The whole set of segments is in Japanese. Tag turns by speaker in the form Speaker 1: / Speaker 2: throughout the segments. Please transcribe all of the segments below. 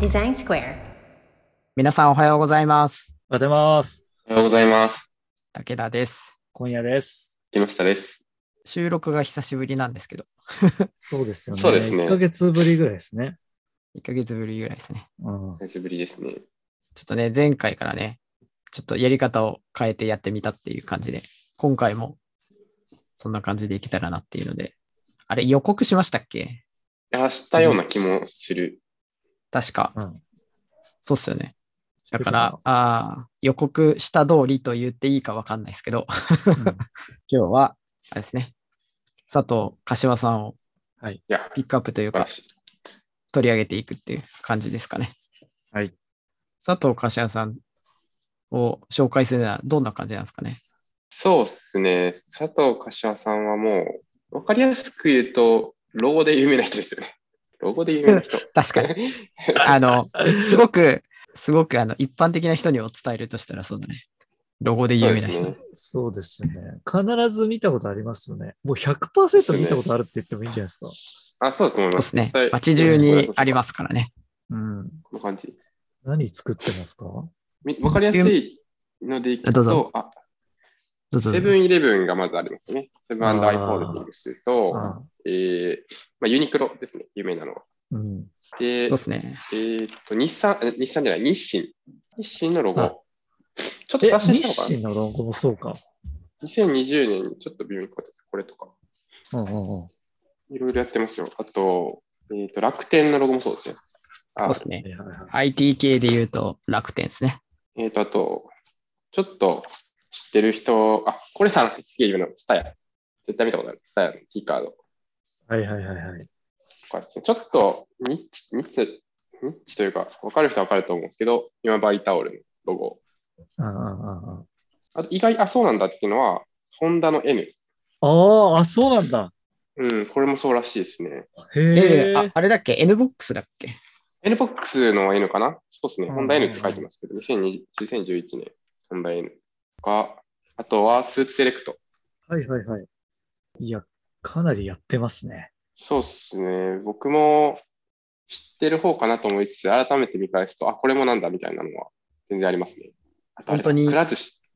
Speaker 1: デザインスクエア。
Speaker 2: 皆さんおはようございます。
Speaker 3: おはようございます。
Speaker 4: おはようございます。
Speaker 2: 武田です。
Speaker 3: 今夜です。
Speaker 4: 木下です。
Speaker 2: 収録が久しぶりなんですけど、
Speaker 3: そうですよね。
Speaker 4: そうですね
Speaker 3: 1ヶ月ぶりぐらいですね。
Speaker 2: 1ヶ月ぶりぐらいですね。
Speaker 3: うん。
Speaker 4: 久しぶりですね。
Speaker 2: ちょっとね、前回からね、ちょっとやり方を変えてやってみたっていう感じで、今回もそんな感じでいけたらなっていうので、あれ予告しましたっけ
Speaker 4: あ、知ったような気もする。
Speaker 2: 確か。
Speaker 3: うん
Speaker 2: そうっすよね。だから、あー予告した通りと言っていいかわかんないですけど、
Speaker 3: うん、
Speaker 2: 今日は、あれですね、佐藤柏さんを
Speaker 4: いや、
Speaker 2: ピックアップという
Speaker 4: 素晴、
Speaker 2: から
Speaker 4: しい。
Speaker 2: 取り上げていくっていう感じですかね。
Speaker 3: はい。
Speaker 2: 佐藤柏さんを紹介するのはどんな感じなんですかね。
Speaker 4: そうですね。佐藤柏さんはもう、わかりやすく言うと、老後で有名な人ですよね。 老後で有名な人。
Speaker 2: 確 かに。あの、すごく、すごくあの一般的な人にお伝えるとしたらそうだね。ロゴで有名な人。
Speaker 4: そうです
Speaker 3: そ
Speaker 4: ね
Speaker 3: うですよね。必ず見たことありますよね。もう100%見たことあるって言ってもいいんじゃないですか。
Speaker 4: あ、そうだと思
Speaker 2: そう
Speaker 4: いま。
Speaker 2: ですすね
Speaker 4: はい。
Speaker 2: 街中にありますからね。
Speaker 3: うん。
Speaker 4: この感じ。
Speaker 3: 何作ってますか
Speaker 4: みわかりやすいのでいく
Speaker 2: どうぞ
Speaker 4: と、あ、
Speaker 2: どうぞど
Speaker 4: セ
Speaker 2: うぞ
Speaker 4: ブンイレブンがまずありますね。セブンアイ・ホールディングスと、
Speaker 3: う
Speaker 4: えーまあ、ユニクロですね。有名なのは。
Speaker 3: ん。うん。
Speaker 2: そ
Speaker 4: で
Speaker 2: うで、すね。
Speaker 4: えーっと、日産、え日産じゃない、日清。日清のロ
Speaker 3: あ
Speaker 4: ゴ。ちょっと
Speaker 3: え、
Speaker 4: 刷新
Speaker 3: 日
Speaker 4: したのかな
Speaker 3: 清の論語もそうか。
Speaker 4: 2020年にちょっと微妙に変わってたこれとか。
Speaker 3: うんうんうん。
Speaker 4: いろいろやってますよ。あと、えー、と楽天のロゴもそうですね。
Speaker 2: そう
Speaker 4: あ
Speaker 2: ですね
Speaker 3: は。いはいはい
Speaker 2: IT 系で言うと楽天ですね。
Speaker 4: えー、と、あと、ちょっと知ってる人、あ、これさん、すげえ有名な、スタヤ。絶対見たことある。スタヤのキーカードと
Speaker 3: はいはいはいはい。
Speaker 4: かですね。ちょっとニッチ、ニッチ、ニッチというか、わかる人はわかると思うんですけど、今治タオルのロゴ。
Speaker 3: うんうんうんうん
Speaker 4: あと、意外、あ、そうなんだっていうのは、ホンダの N。
Speaker 3: あーあ、そうなんだ。
Speaker 4: うん、これもそうらしいですね。
Speaker 3: へ
Speaker 2: N、あ
Speaker 3: え。
Speaker 2: あれだっけ ?NBOX だっけ
Speaker 4: NBOX の N かなそうですね。
Speaker 3: うん
Speaker 4: ホンダ N って書いてますけど、2020 2011年、ホンダ N とか、あとはスーツセレクト。
Speaker 3: はいはいはい。いや、かなりやってますね。
Speaker 4: そうですね。僕も知ってる方かなと思いつつ、改めて見返すと、あ、これもなんだみたいなのは全然ありますね。あとあれだ
Speaker 2: 本当に
Speaker 4: くら寿司。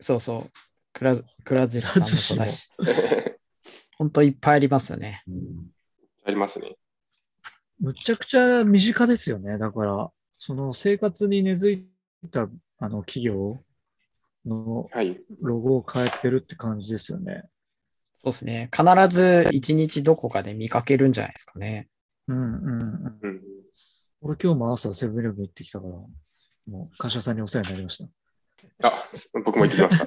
Speaker 2: そうそう。くらず、くら寿司さんもそうだし。
Speaker 4: あ
Speaker 2: 本当いっぱいありますよね。
Speaker 4: りますね。
Speaker 3: むちゃくちゃ身近ですよね。だから、その生活に根付いたあの企業の
Speaker 4: はい。
Speaker 3: ロゴを変えてるって感じですよね。
Speaker 2: そうですね。必ず一日どこかで見かけるんじゃないですかね。
Speaker 3: うんうんうん。
Speaker 4: うん。
Speaker 3: 俺今日も朝セブンイレブン行ってきたから、もう、会社さんにお世話になりました。
Speaker 4: あ、僕も行ってきました。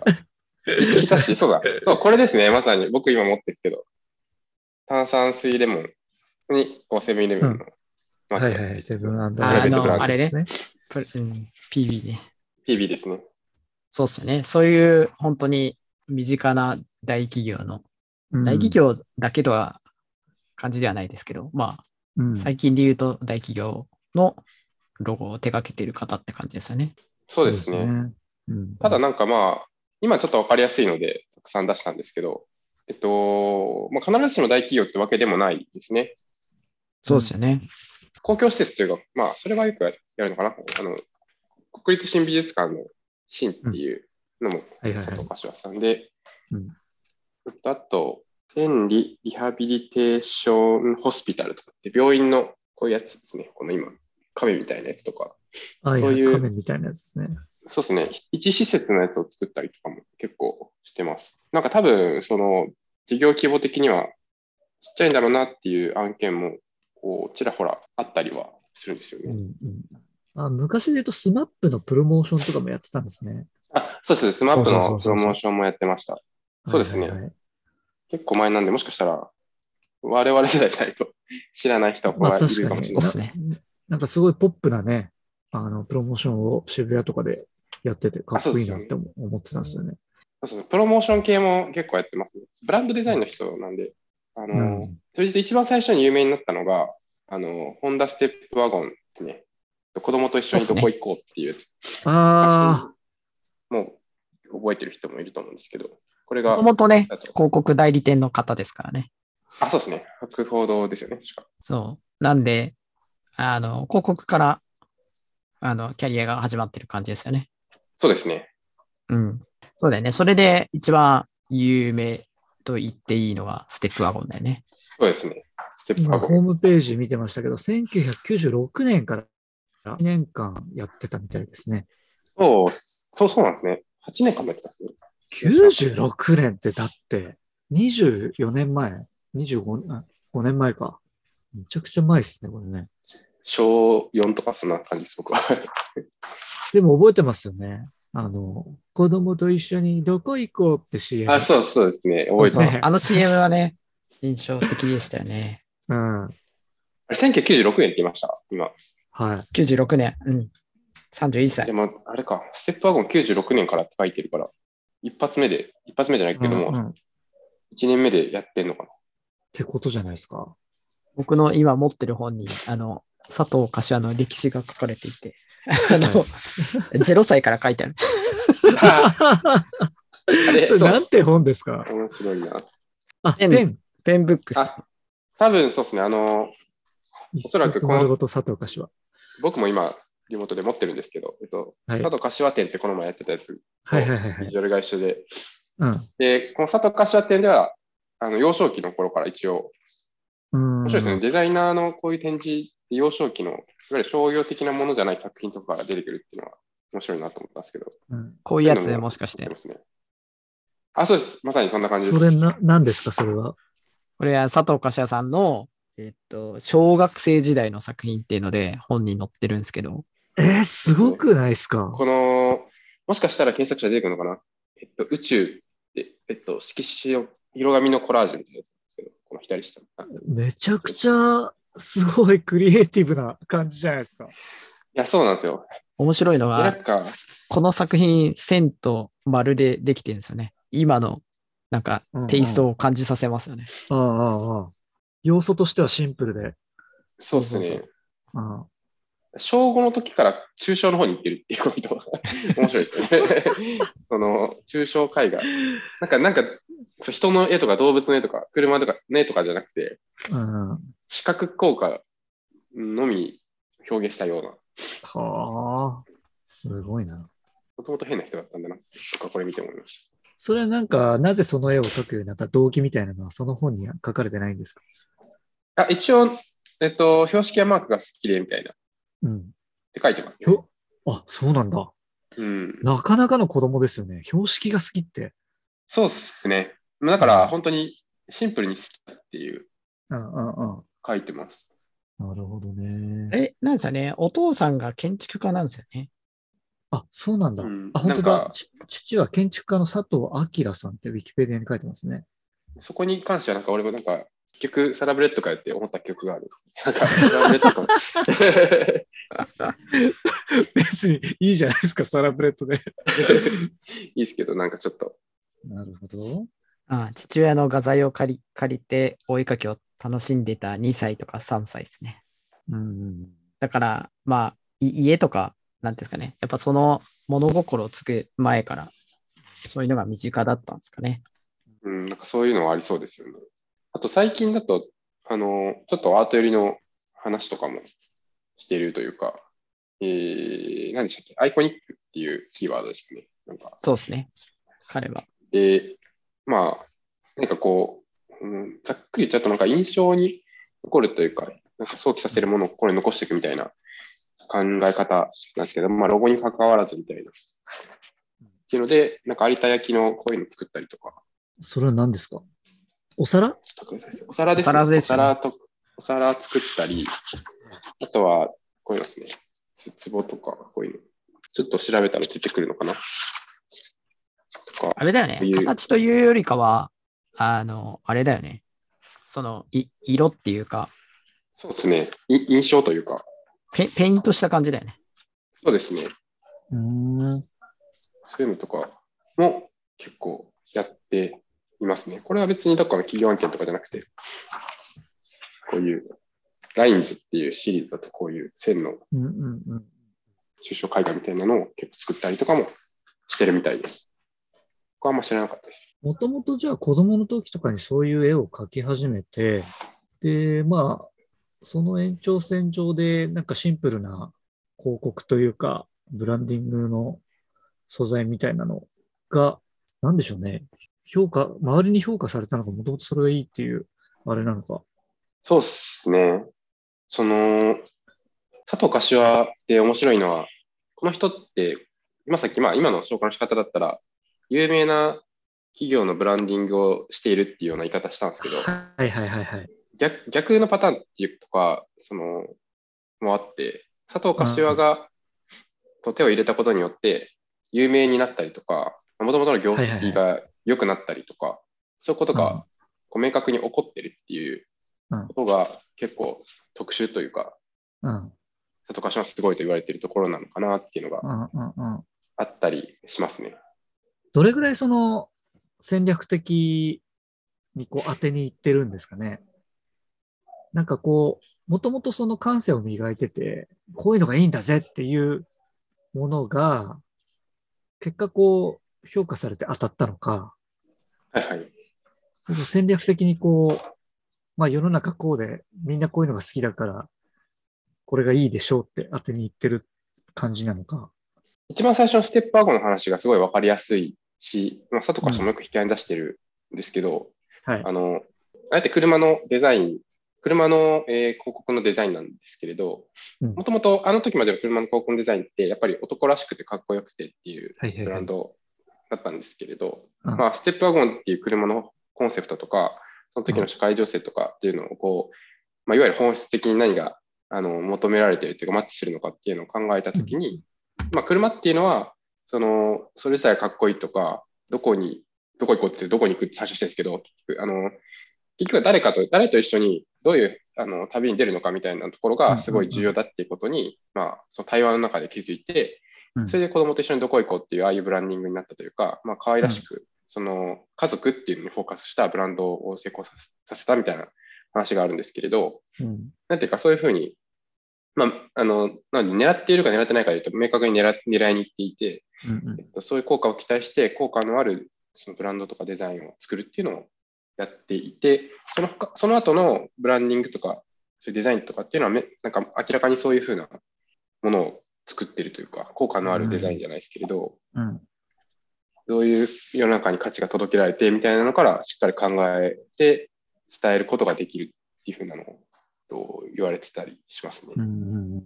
Speaker 4: 行ってきたし、そうだ。そう、これですね。まさに僕今持ってるけど、炭酸水レモンに、こう、セブンイレブンのマ
Speaker 3: は
Speaker 4: ー
Speaker 3: いは
Speaker 4: ク
Speaker 3: い
Speaker 4: が
Speaker 3: はい、
Speaker 4: ついて
Speaker 3: セ
Speaker 4: る
Speaker 3: ブンアン
Speaker 2: あ
Speaker 4: あの
Speaker 2: あれね
Speaker 3: ね。
Speaker 2: プレうん、PB ね。
Speaker 4: PB ですね。
Speaker 2: そうっすよね。そういう本当に身近な大企業の、
Speaker 3: うん
Speaker 2: 大企、業だけとは感じではないですけど、ま
Speaker 3: うん
Speaker 2: あ、最近で言うと大企業のロゴを手掛けている方って感じですよね。
Speaker 4: そうですね。。
Speaker 3: うん
Speaker 4: ただ、なんかまあ、今ちょっと分かりやすいので、たくさん出したんですけど、えっと、まあ、必ずしも大企業ってわけでもないですね。
Speaker 2: そうですよね。
Speaker 4: 公共施設というか、まあ、それはよくやるのかな。あの、国立新美術館の新っていうのも、
Speaker 3: はいはい
Speaker 4: 佐
Speaker 3: はい
Speaker 4: 藤。柏さんで
Speaker 3: うん、
Speaker 4: えっとあと、天理リハビリテーションホスピタルとかって、病院のこういうやつですね。この今、亀みたいなやつとか、
Speaker 3: あ
Speaker 4: そう
Speaker 3: い
Speaker 4: い
Speaker 3: や
Speaker 4: う
Speaker 3: カメみたいなやつですね。
Speaker 4: そうですね。一施設のやつを作ったりとかも結構してます。なんか多分、その、事業規模的にはちっちゃいんだろうなっていう案件も、こう、ちらほらあったりはするんですよ
Speaker 3: う
Speaker 4: ね。
Speaker 3: んうんあ昔で言うと、スマップのプロモーションとかもやってたんですね。
Speaker 4: あ、そうですね。スマップ
Speaker 2: そう
Speaker 4: の
Speaker 2: そ
Speaker 4: プ
Speaker 2: うそうそう
Speaker 4: ロモーションもやってました。そうです
Speaker 3: は
Speaker 4: ね
Speaker 3: いはいはい
Speaker 4: 結構前なんで、もしかしたら、我々世代じゃないと知らない人
Speaker 3: ま
Speaker 4: は
Speaker 3: あ
Speaker 4: いる
Speaker 3: 確
Speaker 4: か
Speaker 3: か
Speaker 4: もし
Speaker 3: に
Speaker 4: れ
Speaker 2: ま
Speaker 4: な
Speaker 2: あ
Speaker 4: い。
Speaker 2: そうっすね
Speaker 3: ななんかすごいポップなね、あの、プロモーションを渋谷とかでやってて、かっこいいなって思思ってたんですよね。
Speaker 4: そうそうプロモーション系も結構やってますね。ブランドデザインの人なんで、あ
Speaker 3: う
Speaker 4: の、
Speaker 3: ん
Speaker 4: それで一番最初に有名になったのが、あの、ホンダステップワゴンですね。子供と一緒にどこ行こうっていうやつ。
Speaker 3: ああ、
Speaker 4: もう覚えてる人もいると思うんですけど、これ
Speaker 2: も
Speaker 4: が
Speaker 2: と、もとね
Speaker 4: あと、
Speaker 2: 広告代理店の方ですからね。
Speaker 4: あ、そうですね。博報堂ですよね、確か。
Speaker 2: そう。なんで、あの、広告から、あの、キャリアが始まってる感じですよね。
Speaker 4: そうですね。
Speaker 2: うん。そうだよね。それで一番有名と言っていいのがステップワゴンだよね。
Speaker 4: そうですね。ステップ
Speaker 3: 今、
Speaker 4: ワ
Speaker 3: ホ
Speaker 4: ゴ
Speaker 3: ー
Speaker 4: ン。
Speaker 3: ムページ見てましたけど、1996年から2年間やってたみたいですね。
Speaker 4: そう、そうそうなんですね。8年間もやってたんですね。
Speaker 3: 96年ってだって、24年前、25年、あ5年前か。めちゃくちゃ前ですね、これね。
Speaker 4: 小4とかそんな感じです、僕は。
Speaker 3: でも覚えてますよね。あの、子供と一緒にどこ行こうって CM。
Speaker 4: あ、そうそうですね。覚えて
Speaker 2: そう
Speaker 4: ます。
Speaker 2: そうあの CM はね、印象的でしたよね。
Speaker 3: うん。はい。
Speaker 4: あれ1996年って言いました今。
Speaker 2: 96年。うん。31歳
Speaker 4: で。も、あれか、ステップワゴン96年からって書いてるから、一発目で、一発目じゃないけど
Speaker 3: うんう
Speaker 4: も、
Speaker 3: んっ
Speaker 4: 1年目でやってんのかな。
Speaker 3: てことじゃないですか。
Speaker 2: 僕の今持ってる本に、あの、佐藤柏の歴史が書かれていて、あの、0歳から書いてある。
Speaker 4: あれ
Speaker 3: それ
Speaker 4: そう
Speaker 3: なんて本ですか
Speaker 4: 面白いな。
Speaker 3: あ、
Speaker 2: ペ
Speaker 3: ペ
Speaker 2: ン
Speaker 3: ン。
Speaker 2: ペンブックス。
Speaker 4: あ多分そうですね、あの、
Speaker 3: 一
Speaker 4: おそらく
Speaker 3: 冊
Speaker 4: この
Speaker 3: 丸ごと佐藤柏。
Speaker 4: 僕も今、リモートで持ってるんですけど、えっと、
Speaker 3: はい。
Speaker 4: 佐
Speaker 3: はい
Speaker 4: 藤柏店ってこの前やってたやつ、
Speaker 3: はいはいは
Speaker 4: ビ
Speaker 3: い。
Speaker 4: ジュアルが一緒で、
Speaker 3: う
Speaker 4: で、この佐藤柏店では、あの幼少期の頃から一応、
Speaker 3: ん。
Speaker 4: 面白いですね、デザイナーのこういう展示、幼少期の、いわゆる商業的なものじゃない作品とかが出てくるっていうのは、面白いなと思ったんですけど、
Speaker 3: うん。
Speaker 2: こういうやつもしかし
Speaker 4: やって
Speaker 2: て。
Speaker 4: ますね。あ、そうです。まさにそんな感じで
Speaker 3: そ
Speaker 4: す。
Speaker 3: れな、何ですか、それは。
Speaker 2: これは佐藤柏さんの、えっと、小学生時代の作品っていうので本に載ってるんですけど、
Speaker 3: えー、すごくないですか
Speaker 4: この、もしかしたら検索者出てくるのかなえっと、宇宙って、えっと、色紙を、色紙のコラージュみたいなやつなんですけど、この左下。あい
Speaker 3: めちゃくちゃすごいクリエイティブな感じじゃないですか。
Speaker 4: や、そうなんですよ。
Speaker 2: 面白いの
Speaker 4: で
Speaker 2: が、
Speaker 4: なんか、
Speaker 2: この作品、線と丸でできてるんですよね。今の、なんか
Speaker 3: うんうん、
Speaker 2: テイストを感じさせますよね。
Speaker 3: ああ、ああ。要素としてはシンプルで。
Speaker 4: そうです
Speaker 2: そうそ
Speaker 4: ね
Speaker 2: う。
Speaker 3: ああ
Speaker 4: 小5の時から中小の方に行ってるっていうことが面白いですね。その、中小絵画。なんか、なんか、そう人の絵とか動物の絵とか、車とか、の絵とかじゃなくて、
Speaker 3: うん。は
Speaker 4: 視覚効果のみ表現したような、
Speaker 3: あ。すごいな。
Speaker 4: もともと変な人だったんだな、とか、これ見て思いまし
Speaker 3: それはなんか、なぜその絵を描くようになった動機みたいなのは、その本には書かれてないんですか
Speaker 4: た。あ、一応、えっと、標識やマークが好きで、みたいな、っ
Speaker 3: うん。
Speaker 4: て書いてます
Speaker 3: ひ
Speaker 4: ね。
Speaker 3: ょあ、そうなんだ。
Speaker 4: うん。
Speaker 3: なかなかの子供ですよね。標識が好きって。
Speaker 4: そうですね。だから、本当にシンプルに好きっていう、
Speaker 3: うんうんうん。
Speaker 4: 書いてます。
Speaker 3: なるほどね。
Speaker 2: え、なんですよね。お父さんが建築家なんですよ ね。
Speaker 3: あ、そうなんだ。
Speaker 4: うん
Speaker 3: あ、本当
Speaker 4: な
Speaker 3: だ
Speaker 4: んか。
Speaker 3: ち父は建築家の佐藤明さんってウィキペディアに書いてますね。
Speaker 4: そこに関しては、なんか俺もなんか、結局、サラブレッドかよって思った曲がある。なんか、サラブレッドか も。
Speaker 3: 別にいいじゃないですか、サラブレッドで。
Speaker 4: いいですけど、なんかちょっと、
Speaker 3: なるほど。
Speaker 2: あ父親の画材を借り借りて、お絵かきを楽しんでた2歳とか3歳ですね。
Speaker 3: うん。
Speaker 2: だから、まあ、い家とか、なんていうんですかね。やっぱその物心をつく前から、そういうのが身近だったんですかね。
Speaker 4: うん、なんかそういうのはありそうですよね。あと、最近だと、あの、ちょっとアート寄りの話とかもしてるというか、えー、何でしたっけアイコニックっていうキーワードですよね。なんか、
Speaker 2: そうですね。彼は。
Speaker 4: で、まあ、なんかこう、うん、ざっくり言っちゃうと、なんか印象に残るというか、なんか想起させるものをこれ残していくみたいな考え方なんですけど、まあ、ロゴに関わらずみたいな。っていうので、なんか有田焼のこういうの作ったりとか
Speaker 3: それは何ですかお皿
Speaker 4: してください。お皿です,、
Speaker 2: お皿です
Speaker 4: お
Speaker 2: よね
Speaker 4: 皿と、お皿作ったり、あとは、こういうのですね。つ壺とか、こういうの。ちょっと調べたら出てくるのかなとか。
Speaker 2: あれだよね
Speaker 4: こうい。う
Speaker 2: 形というよりかは、あの、あれだよね。その、い色っていうか
Speaker 4: そうですね。い印象というか。
Speaker 2: ペ、ペイントした感じだよね。
Speaker 4: そうですね。
Speaker 3: うん。
Speaker 4: そういうのとかも結構やっていますね。これは別にどっかの企業案件とかじゃなくて、こういう LINES っていうシリーズだとこういう線の
Speaker 3: うんうんうん。
Speaker 4: 抽象絵画みたいなのを結構作ったりとかもしてるみたいです。僕はあんま知らなかったです。
Speaker 3: もともとじゃあ子供の時とかにそういう絵を描き始めて、で、まあ、その延長線上で、なんかシンプルな広告というか、ブランディングの素材みたいなのが、なんでしょうね。評価、周りに評価されたのがもともとそれがいいっていう、あれなのか。
Speaker 4: そうっすね。その、佐藤柏で面白いのは、この人って、今さっき、まあ今の紹介の仕方だったら、有名な企業のブランディングをしているっていうような言い方したんですけど、
Speaker 3: はいはいはいはい。
Speaker 4: 逆逆のパターンっていうとか、その、もあって、佐藤柏が、と手を入れたことによって、有名になったりとか、もともとの業績が良くなったりとか、そういうこと
Speaker 3: うん
Speaker 4: が、こう明確に起こってるっていう
Speaker 3: うん
Speaker 4: ことが結構特殊というか、
Speaker 3: うん、
Speaker 4: 佐藤柏はすごいと言われてるところなのかなっていうのが
Speaker 3: うん、うん、うん。
Speaker 4: あったりしますね。
Speaker 3: どれぐらいその戦略的にこう当てにいってるんですかね。なんかこう、もともとその感性を磨いてて、こういうのがいいんだぜっていうものが、結果こう、評価されて当たったのか、
Speaker 4: はいはい。
Speaker 3: その戦略的にこう、まあ世の中こうで、みんなこういうのが好きだから、これがいいでしょうって当てにいってる感じなのか。
Speaker 4: 一番最初のステップアゴの話がすごい分かりやすいし、まあ、佐藤柏もよく引き合いに出してるんですけど、
Speaker 3: はい。
Speaker 4: あの、あえて車のデザイン、車の、えー広告のデザインなんですけれど
Speaker 3: うん、
Speaker 4: もともとあの時までの車の広告のデザインって、やっぱり男らしくてかっこよくてっていう
Speaker 3: はいはい
Speaker 4: ブ
Speaker 3: は
Speaker 4: ラン
Speaker 3: い。
Speaker 4: ドだったんですけれど、
Speaker 3: うん
Speaker 4: まあ、ステップワゴンっていう車のコンセプトとか、その時の社会情勢とかっていうのをこう、まあ、いわゆる本質的に何があの求められているというか、マッチするのかっていうのを考えた時に、まあ、車っていうのはその、それさえかっこいいとか、どこに、どこ行こうって、どこに行くって最初してるんですけど、結局、あの結局は誰かと、誰と一緒にどういうあの旅に出るのかみたいなところがすごい重要だっていうことに、まあ、その対話の中で気づいて、
Speaker 3: うん
Speaker 4: それで子供と一緒にどこ行こうっていう、ああいうブランディングになったというか、まあ、可愛らしく、その家族っていうのにフォーカスしたブランドを成功させさせたみたいな話があるんですけれど、
Speaker 3: うん
Speaker 4: なんていうか、そういうふうに、まあ、あの、なんで狙っているか狙ってないかで言うと、明確に狙っ狙いに行っていて、
Speaker 3: うんうん
Speaker 4: えっとそういう効果を期待して、効果のあるそのブランドとかデザインを作るっていうのをやっていて、その他その後のブランディングとか、そういうデザインとかっていうのはめ、なんか明らかにそういうふうなものを作ってるというか、効果のあるデザインじゃないですけれど、
Speaker 3: うん
Speaker 4: どういう世の中に価値が届けられてみたいなのからしっかり考えて伝えることができるっていうふうなのをと言われてたりしますね。
Speaker 3: うんうんうん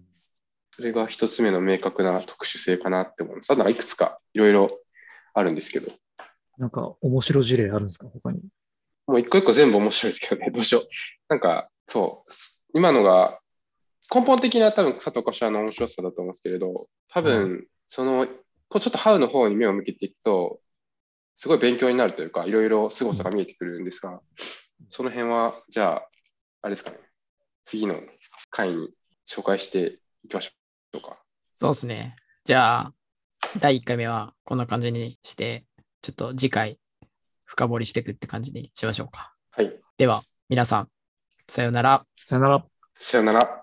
Speaker 4: それが一つ目の明確な特殊性かなって思います。あとなんかいくつかいろいろあるんですけど、
Speaker 3: なんか面白事例あるんですか他に。
Speaker 4: もう一個一個全部面白いですけどね、 どうしよう。なんかそう、今のが根本的な多分佐藤柏の面白さだと思うんですけれど、多分その、こうちょっとハウの方に目を向けていくと、すごい勉強になるというか、いろいろ凄さが見えてくるんですが、その辺は、じゃあ、あれですかね、次の回に紹介していきましょうか。
Speaker 2: そうですね。じゃあ、第1回目はこんな感じにして、ちょっと次回、深掘りしていくって感じにしましょうか。
Speaker 4: はい、
Speaker 2: では、皆さん、さようなら。
Speaker 3: さよなら。
Speaker 4: さよなら。